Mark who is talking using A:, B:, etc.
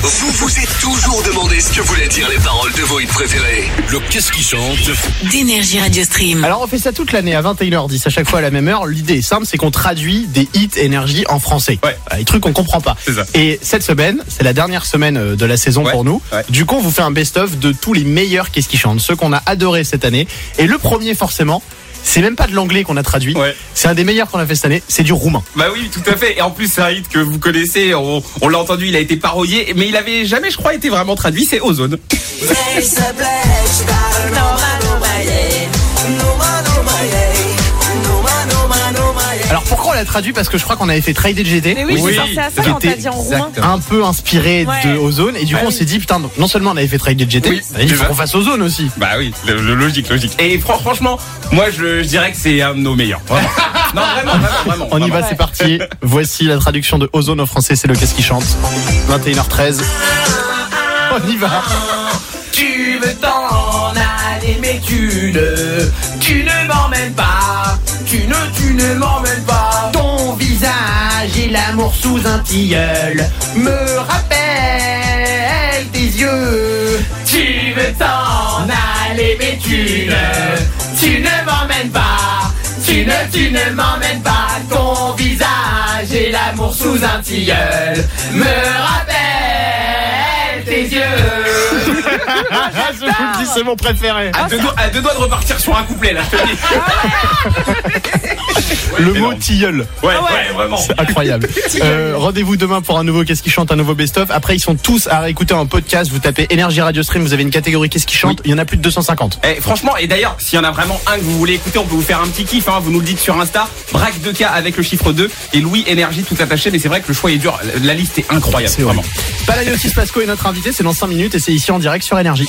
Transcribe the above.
A: Vous vous êtes toujours demandé ce que voulaient dire les paroles de vos hits préférés. Le qu'est-ce qui chante
B: d'énergie Radio Stream.
C: Alors on fait ça toute l'année à 21h10, à chaque fois à la même heure. L'idée est simple, c'est qu'on traduit des hits énergie en français.
D: Ouais.
C: Euh, Les trucs qu'on comprend pas.
D: C'est ça.
C: Et cette semaine, c'est la dernière semaine euh, de la saison
D: Ouais,
C: pour nous.
D: ouais.
C: Du coup, on vous fait un best-of de tous les meilleurs qu'est-ce qui chante, ceux qu'on a adorés cette année. Et le premier, forcément, c'est même pas de l'anglais qu'on a traduit.
D: Ouais.
C: C'est un des meilleurs qu'on a fait cette année. C'est du roumain.
D: Bah oui, tout à fait. Et en plus, c'est un hit que vous connaissez. On, on l'a entendu, il a été parodié, mais il avait jamais, je crois, été vraiment traduit. C'est Ozone.
E: Vrei să pleci, dar nu mă, nu mai ei Nu mă, nu mai ei Nu mă, nu mă, nu mai ei
C: Alors pourquoi on l'a traduit Parce que je crois qu'on avait fait Trade GT.
F: Mais Eh oui,
D: Oui,
F: j'ai pensé à ça
D: c'était
F: quand t'as dit en roumain.
D: exact.
C: un peu inspiré
F: Ouais.
C: de Ozone et du coup
D: Ouais.
C: on s'est dit putain donc, non seulement on avait fait Track de GT,
D: Oui,
C: on a dit, il faut
D: déjà.
C: qu'on fasse Ozone aussi.
D: Bah oui, le- le- logique, logique. Et fran- franchement, moi, je, je dirais que c'est un de nos meilleurs. Vraiment. non, vraiment, vraiment, vraiment.
C: On y
D: vraiment.
C: va, c'est parti. Voici la traduction de Ozone en français, c'est le qu'est-ce qui chante. 21h13. On y va.
E: Tu veux t'en aller mais tu ne Tu ne m'emmènes pas Tu ne, tu ne m'emmènes pas Ton visage et l'amour sous un tilleul Me rappellent tes yeux Tu veux t'en aller mais tu ne Tu ne m'emmènes pas Tu ne, tu ne m'emmènes pas Ton visage et l'amour sous un tilleul Me rappellent tes yeux
C: Ah, je vous le dis, c'est mon préféré.
D: À deux, doigts, à deux doigts de repartir sur un couplet, là, je te le dis.
F: Ah
C: Le mot
D: énorme.
C: tilleul.
D: Ouais, ouais, vraiment.
C: C'est incroyable. Euh, Rendez-vous demain pour un nouveau Qu'est-ce qui chante, un nouveau best-of. Après, ils sont tous à réécouter en podcast. Vous tapez Énergie Radio Stream, vous avez une catégorie Qu'est-ce qui chante. Il y en a plus de 250.
D: Eh, franchement, et d'ailleurs, s'il y en a vraiment un que vous voulez écouter, on peut vous faire un petit kiff. Hein, vous nous le dites sur Insta, Braque 2K avec le chiffre 2 et Louis Énergie tout attaché. Mais c'est vrai que le choix est dur. La- La liste est incroyable,
C: C'est
D: vraiment.
C: horrible. Palayotis Pasco est notre invité. C'est dans 5 minutes et c'est ici en direct sur Énergie.